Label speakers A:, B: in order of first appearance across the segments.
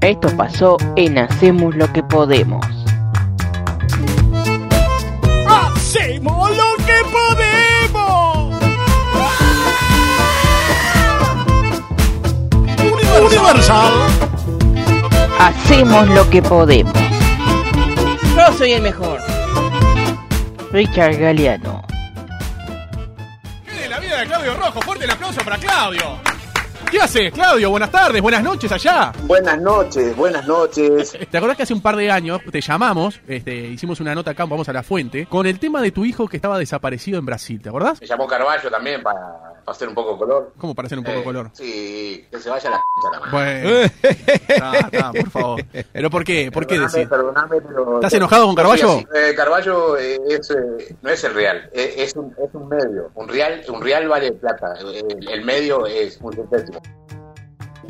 A: Esto pasó en Hacemos lo que podemos.
B: ¡Hacemos lo que podemos! Universal.
A: Hacemos lo que podemos.
C: Yo soy el mejor.
A: Richard Galeano.
B: Viene la vida de Claudio Rojo. Fuerte el aplauso para Claudio. ¿Qué haces, Claudio? Buenas tardes, buenas noches allá.
D: Buenas noches, buenas noches.
B: ¿Te acordás que hace un par de años te llamamos, este, hicimos una nota acá, vamos a la fuente, con el tema de tu hijo que estaba desaparecido en Brasil, ¿te acordás?
D: Me llamó Carballo también para para hacer un poco de color.
B: ¿Cómo para hacer un poco de
D: Eh,
B: color?
D: Sí, que se vaya a la c***a la madre.
B: Bueno, está, Ah, está, por favor. ¿Pero por qué? ¿Por qué
D: Perdoname,
B: decir?
D: perdoname, pero-
B: ¿Estás enojado con Carballo?
D: Sí, así. Eh, Carballo eh, es, eh, no es el real, eh, es, un, es un medio. Un real, un real vale plata. El, el medio es un centésimo.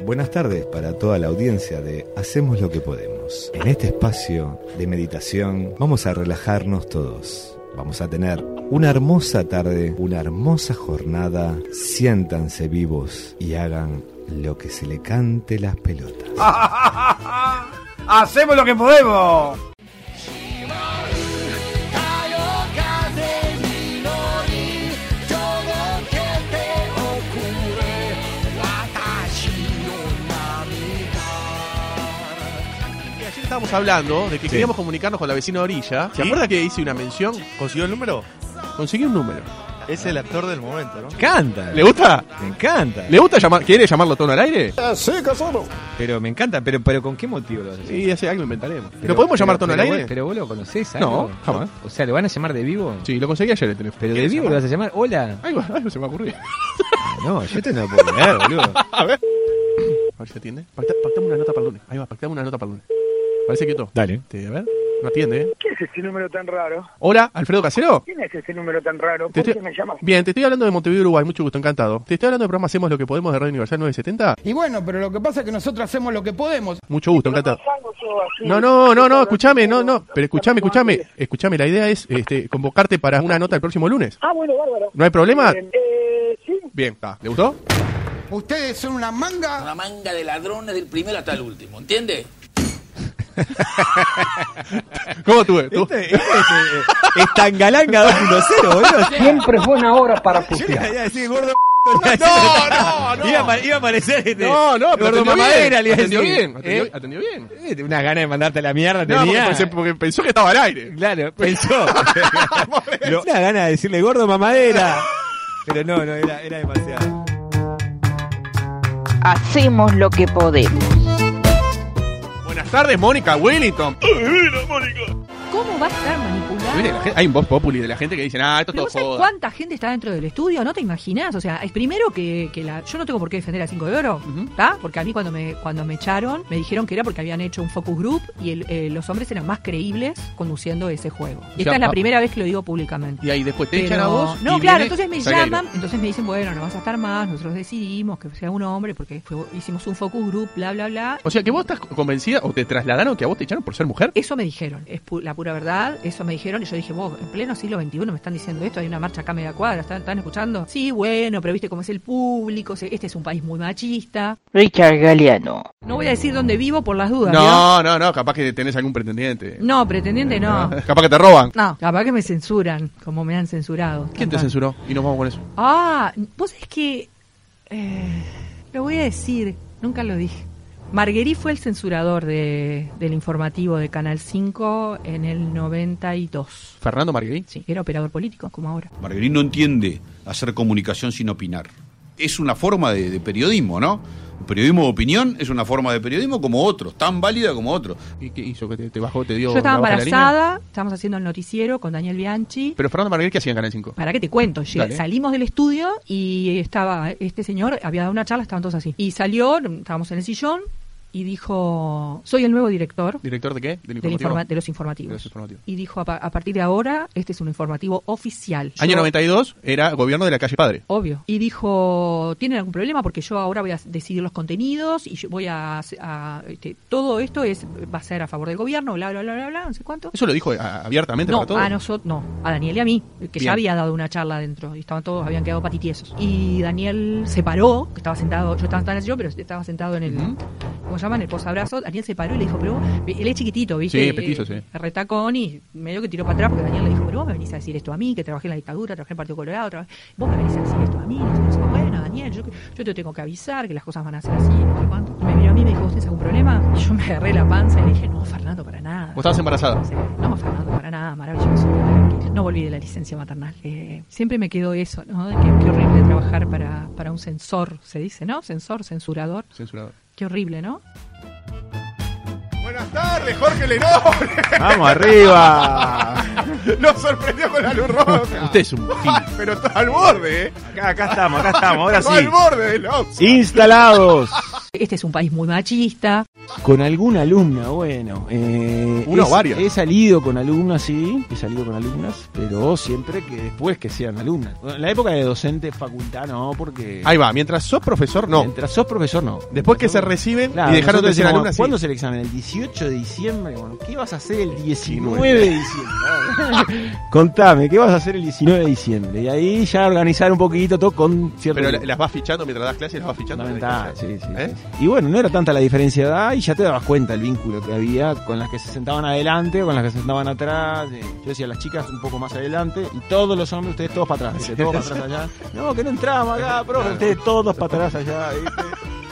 E: Buenas tardes para toda la audiencia de Hacemos lo que podemos. En este espacio de meditación vamos a relajarnos todos. Vamos a tener una hermosa tarde, una hermosa jornada. Siéntanse vivos y hagan lo que se le cante las pelotas.
F: ¡Hacemos lo que podemos!
B: Y Ayer estábamos hablando de que queríamos comunicarnos con la vecina de orilla. ¿Se acuerda que hice una mención?
G: ¿Consiguió el número?
B: Conseguí un número.
G: Es el actor del momento, ¿no?
H: encanta.
B: ¿Le gusta?
H: Me encanta.
B: ¿Le gusta llamar? ¿Quiere llamarlo tono al aire?
H: Pero me encanta. Pero, pero ¿con qué motivo lo haces?
B: Sí, hace algo inventaremos.
H: Pero-
B: ¿Lo podemos llamar
H: pero-
B: tono al
H: pero
B: aire?
H: vos- Pero vos lo conocés,
B: No,
H: algo?
B: jamás.
H: O sea, ¿lo van a llamar de vivo?
B: Sí, lo conseguí ayer el teléfono.
H: ¿Pero de vivo lo vas a llamar? Hola.
B: Algo, algo se me ocurrió.
H: Ah, No, yo te no lo puedo creer, boludo.
B: A ver si atiende. Pacta- pactamos una nota para el lunes. Ahí va, pactamos una nota para el lunes. Parece que todo.
H: Dale.
B: Este, a ver, no atiende, ¿eh?
F: ¿Qué es ese número tan raro?
B: Hola, Alfredo Casero.
F: ¿Quién es ese número tan raro?
B: Te
F: ¿Por
B: estoy-
F: qué me llamas?
B: Bien, te estoy hablando de Montevideo, Uruguay. Mucho gusto, encantado. Te estoy hablando del programa Hacemos lo que podemos de Radio Universal 970.
I: Y bueno, pero lo que pasa es que nosotros hacemos lo que podemos.
B: Mucho gusto, encantado. No, no, no, no, escúchame, no, no. Pero escúchame, escúchame. Escúchame, la idea es este, convocarte para una nota el próximo lunes.
F: Ah, bueno, bárbaro.
B: ¿No hay problema?
F: Eh, eh, sí.
B: Bien, está. ¿Le gustó?
I: Ustedes son una manga.
J: Una manga de ladrones del primero hasta el último, ¿entiendes?
B: ¿Cómo tuve? ¿Tú?
H: Es Tangalanga 2.0, boludo.
A: Siempre es buena hora para
H: Yo le
A: putear.
H: iba a decir gordo.
B: este, No, no, no.
H: Iba a, pa- iba a aparecer este.
B: No, no, pero
H: gordo
B: atendió
H: mamadera, le iba
B: bien.
H: a
B: Atendió
H: decir.
B: bien, atendió,
H: Eh,
B: atendió bien.
H: eh, Una gana de mandarte a la mierda
B: No, porque,
H: tenía.
B: pensé- porque pensó que estaba al aire.
H: Claro, pensó. Lo- una gana de decirle gordo mamadera. Pero no, no, era, era demasiado.
A: Hacemos lo que podemos.
B: Buenas tardes, Mónica Wellington.
K: ¿Cómo va a estar
B: Mire,
K: manipulado?
B: la gente- hay un voz populi de la gente que dice, ah, esto es
K: Pero
B: todo
K: vos sabés
B: joda.
K: cuánta gente está dentro del estudio, no te imaginas. O sea, es primero que, que la. Yo no tengo por qué defender a 5 de oro, ¿está? Porque a mí cuando me, cuando me echaron, me dijeron que era porque habían hecho un focus group y el- eh, los hombres eran más creíbles conduciendo ese juego. Y
B: O sea,
K: esta es la
B: va-
K: primera vez que lo digo públicamente.
B: Y ahí después te
K: Pero-
B: echan a vos.
K: No,
B: y
K: claro,
B: viene
K: entonces me
B: Salgueiro.
K: llaman, entonces me dicen, bueno, no vas a estar más, nosotros decidimos que sea un hombre porque fue- hicimos un focus group, bla, bla, bla.
B: O sea, que vos estás convencida o te trasladaron que a vos te echaron por ser mujer.
K: Eso me dijeron, es pu- la pura verdad, eso me dijeron y yo dije, vos, en pleno siglo XXI me están diciendo esto, hay una marcha acá a media cuadra, ¿están, están escuchando? Sí, bueno, pero viste cómo es el público, se- este es un país muy machista.
A: Richard Galeano.
K: No voy a decir dónde vivo por las dudas.
B: No,
K: ¿no?
B: no, no, capaz que tenés algún pretendiente.
K: No, pretendiente no.
B: Capaz que te roban.
K: No, capaz que me censuran, como me han censurado.
B: ¿Quién te
K: Capaz.
B: censuró? Y nos vamos con eso.
K: Ah, vos es que... eh, lo voy a decir, nunca lo dije. Marguerite fue el censurador de- del informativo de Canal 5 en el 92.
B: Fernando Marguerite.
K: Sí, era operador político, como ahora.
G: Marguerite no entiende hacer comunicación sin opinar. Es una forma de, de periodismo, ¿no? El periodismo de opinión es una forma de periodismo como otros, tan válida como otros.
B: ¿Y qué hizo? ¿Que te, te bajó, te dio
K: Yo estaba
B: la bailarina?
K: embarazada, estábamos haciendo el noticiero con Daniel Bianchi.
B: Pero Fernando Marguerite, ¿qué hacía en Canal 5?
K: ¿Para qué te cuento? Llega-
B: Dale.
K: salimos del estudio y estaba este señor, había dado una charla, estaban todos así. Y salió, estábamos en el sillón y dijo, soy el nuevo director
B: ¿Director de qué? Del
K: del
B: informativo.
K: informa- de los
B: De los
K: informativos.
B: informativos.
K: Y dijo, a, pa- a partir de ahora, este es un informativo oficial. Yo-
B: Año 92 era gobierno de la calle Padre.
K: Obvio. Y dijo, ¿tienen algún problema? Porque yo ahora voy a decidir los contenidos y yo voy a... a- este, todo esto es va a ser a favor del gobierno, bla, bla, bla, bla, bla, no sé cuánto.
B: Eso lo dijo eh, a- abiertamente
K: No,
B: para todos.
K: a nosotros, no, a Daniel y a mí, que
B: Bien.
K: ya había dado una charla adentro y estaban todos, habían quedado patitiesos. Y Daniel se paró, que estaba sentado, yo estaba, sentado en el sillón, pero estaba sentado en el, como llaman, el posabrazos, Daniel se paró y le dijo, pero vos- él es chiquitito, ¿viste?
B: Sí, petizo, sí.
K: Retacón y medio que tiró para atrás porque Daniel le dijo, pero vos me venís a decir esto a mí, que trabajé en la dictadura, trabajé en el Partido Colorado, trabajé- vos me venís a decir esto a mí, no sé, no sé, bueno, Daniel, yo, yo te tengo que avisar que las cosas van a ser así, no sé cuánto. Me miró a mí y me dijo, ¿vos tenés algún problema? Y yo me agarré la panza y le dije, no, Fernando, para nada.
B: Vos estabas embarazada.
K: No, Fernando, para nada, maravilloso. tranquilo. No volví de la licencia maternal. Eh, siempre me quedó eso, ¿no? De que, qué horrible trabajar para, para un censor, se dice, ¿no? Censor, censurador.
B: Censurado.
K: Qué horrible, ¿no?
B: Buenas tardes, Jorge Lenoble.
H: ¡Vamos arriba!
B: Nos sorprendió con la luz roja.
H: Usted es un
B: Pero está al borde, ¿eh?
H: Acá, acá estamos, acá estamos, ahora
B: Está
H: sí.
B: al borde del ops.
H: Instalados.
K: Este es un país muy machista.
L: Con alguna alumna, bueno. eh,
B: Una o
L: he-
B: varias.
L: He salido con alumnas, sí, he salido con alumnas, pero siempre que después que sean alumnas. Bueno, en la época de docente, facultad, no, porque...
B: Ahí va, mientras sos profesor, no.
L: Mientras sos profesor, no.
B: Después que se reciben
L: Claro,
B: y dejaron de
L: nosotros
B: ser
L: decíamos,
B: alumnas, sí.
L: ¿Cuándo es el examen? El 18 de diciembre. Bueno, ¿Qué vas a hacer el 19
B: 19
L: de diciembre? Contame, ¿qué vas a hacer el 19 de diciembre? Y ahí ya organizar un poquito todo con cierto...
B: Pero la- las vas fichando mientras das clases, las vas fichando.
L: Fundamental,
B: sí,
L: sí, Y bueno, no era tanta la diferencia de edad y ya te dabas cuenta el vínculo que había con las que se sentaban adelante, con las que se sentaban atrás. eh, Yo decía, las chicas un poco más adelante y todos los hombres, ustedes todos para atrás. decía, todos para atrás allá. No, que no entramos acá, profe, ustedes todos para atrás allá. ¿viste?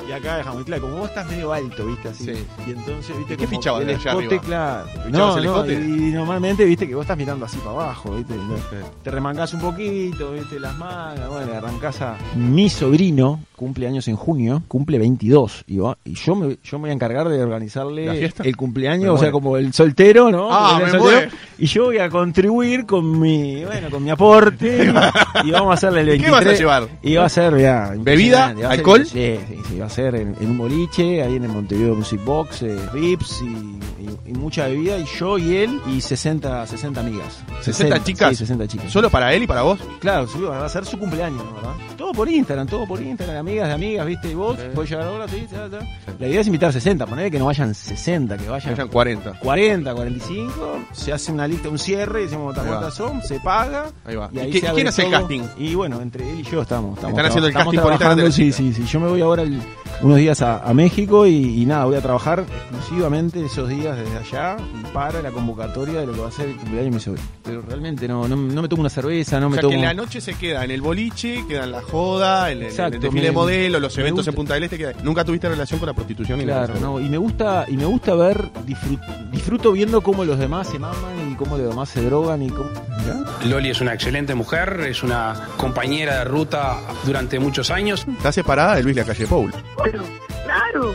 L: Y acá dejamos muy claro, como vos estás medio alto, ¿viste? Así. Y entonces, ¿viste?
B: ¿Qué
L: como
B: fichaban
L: El
B: de allá
L: escote,
B: arriba?
L: claro.
B: ¿Fichabas
L: No,
B: el
L: no,
B: escote?
L: y normalmente, viste, que vos estás mirando así para abajo, viste. No, Te remangás un poquito, viste, las mangas, bueno, arrancás a... Mi sobrino cumple años en junio, cumple 22. Y, va- y yo, me, yo me voy a encargar de
B: ¿La
L: organizarle
B: fiesta?
L: el cumpleaños,
B: Me
L: o sea,
B: muero.
L: como el soltero, ¿no?
B: Ah,
L: Como el
B: me
L: soltero,
B: muero.
L: Y yo voy a contribuir con mi, bueno, con mi aporte. y, y vamos a hacerle el
B: ¿Qué
L: 23.
B: vas a llevar?
L: Y va a ser, mirá,
B: ¿Bebida?
L: impresionante, va a ser-
B: ¿Alcohol?
L: Sí, sí, sí, va a ser en, en un boliche, ahí en el Montevideo Music Box, eh, Rips y, y- y mucha bebida. Y yo y él y 60, 60 amigas.
B: 60 chicas.
L: Sí, 60 chicas.
B: ¿Solo para él y para vos?
L: Claro, sí, va a ser su cumpleaños, ¿no? ¿verdad? Todo por Instagram, todo por Instagram, amigas de amigas, ¿viste? Y vos, podés llegar ahora, sí, ya, ya. La idea es invitar 60, poner que no vayan 60, que vayan,
B: Vayan 40.
L: 40, 45, se hace una lista, un cierre, decimos
B: Ahí va.
L: cuántas son, se paga.
B: Ahí va.
L: Y
B: ¿Y
L: ahí
B: qué-
L: se
B: y
L: abre
B: quién hace el
L: todo.
B: casting?
L: Y bueno, entre él y yo estamos. estamos
B: Están haciendo el
L: estamos
B: casting por Instagram de
L: trabajando,
B: la
L: Sí, sí, sí. Yo me voy ahora el- unos días a, a México y, y nada, voy a trabajar exclusivamente esos días desde allá para la convocatoria de lo que va a ser el cumpleaños de mi sobrino. Pero realmente no, no, no me tomo una cerveza, no
B: o
L: me
B: sea,
L: tomo.
B: que en la noche se queda en el boliche, queda en la joda, en el, en el
L: Exacto,
B: desfile
L: me-
B: de modelos, los
L: me
B: eventos
L: gusta.
B: en Punta del Este. queda- Nunca tuviste relación con la prostitución. ni nada de
L: Claro,
B: eso?
L: no, y me gusta, y me gusta ver, disfrut- disfruto viendo cómo los demás se maman y cómo los demás se drogan y cómo.
M: Loli es una excelente mujer, es una compañera de ruta durante muchos años.
B: Está separada de Luis La Calle Paul.
N: Bueno, claro.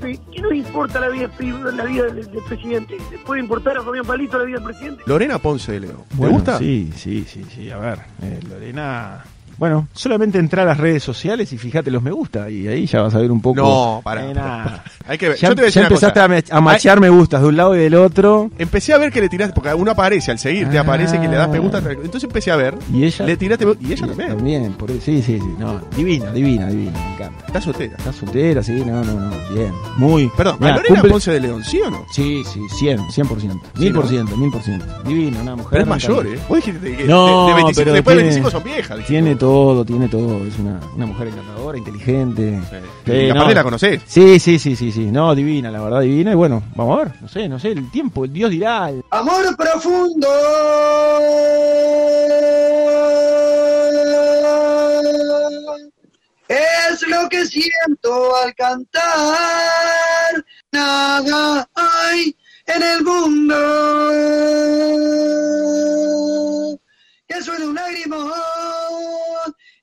N: ¿Qué no importa la vida, pri- la vida del, del presidente? ¿Le puede importar a Fabián Palito la vida del presidente?
B: Lorena Ponce de León. ¿Te
L: Bueno,
B: gusta?
L: Sí, sí, sí, sí. A ver, eh, Lorena. Bueno, solamente entra a las redes sociales y fíjate los me gusta y ahí ya vas a ver un poco. Eh,
B: No, para. Hay que ver.
L: Ya,
B: Yo te voy a decir una
L: ya empezaste
B: cosa.
L: a, me- a machear me gustas de un lado y del otro.
B: Empecé a ver que le tiraste, porque uno aparece al seguir, te aparece que le das me gusta. Entonces empecé a ver.
L: Ah. Y ella.
B: Le tiraste me- y ella también.
L: También, por eso- sí, sí, sí. No, divina, divina, divina. Me encanta.
B: Está soltera.
L: Está soltera, sí, no, no, no. Bien. Muy.
B: Perdón, ¿a
L: Mirá,
B: Lorena
L: Ah, cumple-
B: Ponce de León, sí o no?
L: Sí, sí, 100, 100%.
B: Sí,
L: 1000%, 1000%. Divina, una mujer.
B: Pero es
L: me encanta.
B: mayor, ¿eh? Vos dijiste que
L: No,
B: de, de 25
L: pero
B: después de
L: tiene-
B: 25 son viejas. dijiste.
L: Tiene todo, tiene todo. Es una, una mujer encantadora, inteligente.
B: Eh, Y aparte la conocés.
L: Sí, sí, sí, sí, sí. No, divina, la verdad, divina. Y bueno, vamos a ver. No sé, no sé, el tiempo, el Dios dirá. el-
I: Amor profundo. Es lo que siento al cantar. Nada hay en el mundo. Que suene un lágrimo.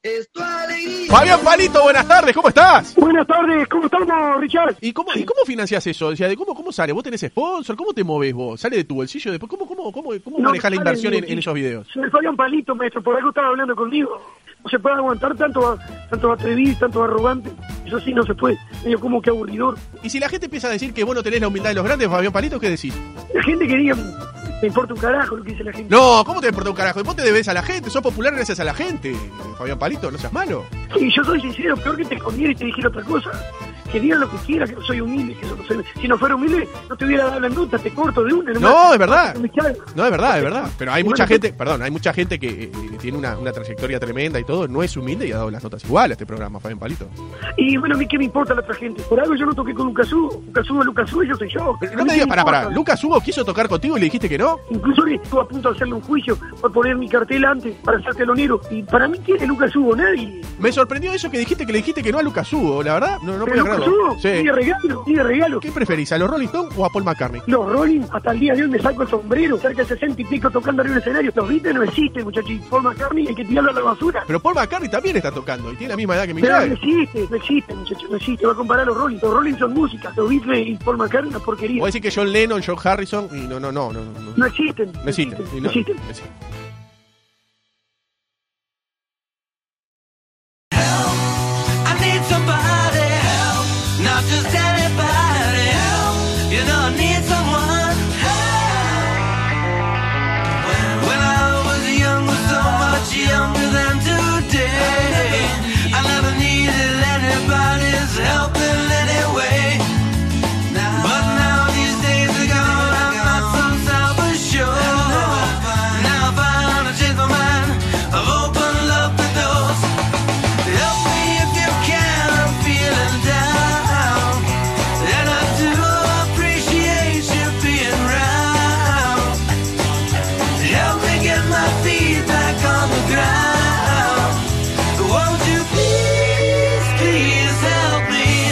I: Es tu alegría.
B: Fabián Palito, buenas tardes, ¿cómo estás?
N: Buenas tardes, ¿cómo estamos, Richard?
B: ¿Y cómo, y cómo financiás eso? O sea, ¿de cómo, ¿cómo sale? ¿Vos tenés sponsor? ¿Cómo te moves vos? ¿Sale de tu bolsillo? Después, ¿Cómo, cómo, cómo, cómo
N: No,
B: manejás
N: sale
B: la inversión
N: de
B: en,
N: mi-
B: en esos videos?
N: Soy Fabián Palito, maestro, por algo estaba hablando conmigo. No se puede aguantar tanto, tanto atrevido, tanto arrogante. Eso sí, no se puede. Medio como que aburridor.
B: Y si la gente empieza a decir que vos no tenés la humildad de los grandes, Fabián Palito, ¿qué decís?
N: La gente que diga, me importa un carajo lo que dice la gente.
B: No, ¿cómo te importa un carajo? Vos te debes a la gente, sos popular gracias a la gente. Fabián Palito, no seas malo.
N: Sí, yo soy sincero, peor que te escondiera y te dijera otra cosa.
L: que digan lo que quieran, que no soy humilde, que eso no soy- si no fuera humilde, no te hubiera dado la nota, te corto de una.
B: No, es verdad.
L: Me cago.
B: No, es verdad, es verdad. Pero hay
L: Y bueno,
B: mucha
L: yo-
B: gente, perdón, hay mucha gente que eh, eh, tiene una, una trayectoria tremenda y todo, no es humilde y ha dado las notas igual a este programa, Fabián Palito.
L: Y bueno, a mí qué me importa la otra gente. Por algo yo no toqué con Lucas Hugo. Lucas Hugo es Lucas Hugo y yo soy yo.
B: Pero no me digas, pará, pará. Lucas Hugo quiso tocar contigo y le dijiste que no.
L: Incluso le estuve a punto de hacerle un juicio para poner mi cartel antes, para ser telonero. Y para mí, ¿quién es Lucas Hugo? Nadie.
B: Me sorprendió eso que dijiste que le dijiste que no a Lucas Hugo, la verdad. No, no podía
L: Pero Lucas
B: creerlo.
L: Hugo, ni de regalo, ni de regalo.
B: ¿Qué preferís, a los Rolling Stones o a Paul McCartney?
L: Los Rolling, hasta el día de hoy me saco el sombrero, cerca de 60 y pico tocando arriba del escenario. Los Beatles no existen, muchachos. Y Paul McCartney hay que tirarlo a la basura.
B: Pero Paul McCartney también está tocando y tiene la misma edad que mi
L: Pero no existe, no existe, muchachos, no existe. Va a comparar a los Rolling. Los Rolling son música. Los Beatles y Paul McCartney, una porquería.
B: Voy a decir que John Lennon, John Harrison y no, no, no, no, no,
L: No existen.
B: no existen. y no, no existen.
K: I need somebody help, not just anybody help. You know I need someone help. When I was younger, so much younger than today, I never needed anybody's help in any way. But now these days are gone, I'm not so self-assured. Now I find a change my mind, I've opened up the doors. Help me if you can, I'm feeling down. And I do appreciate you being round. Help me get my feet back on the ground. Won't you please, please help me?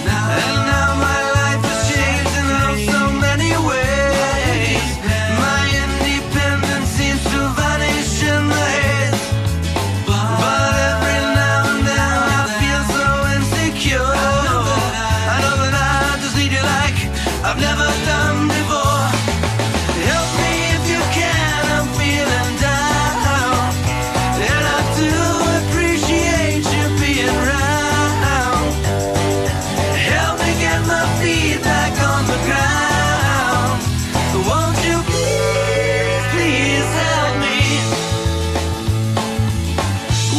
K: And now my life has changed in oh so many ways. My independence seems to vanish in the haze. But every now and then I feel so insecure. I know that I just need you like I've never done before. Help me if you can, I'm feeling down. And I do appreciate you being round. Help me get my feet back on the ground. Won't you please, please help me?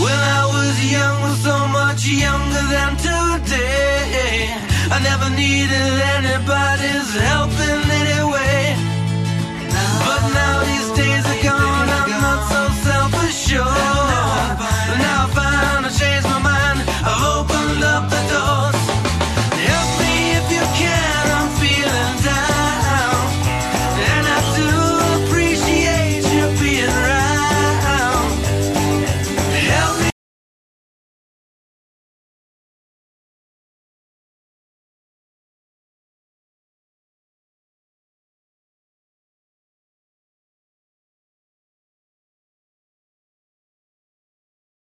K: When I was young, so much younger than today. I never needed anybody's help in any way. But now these days are gone,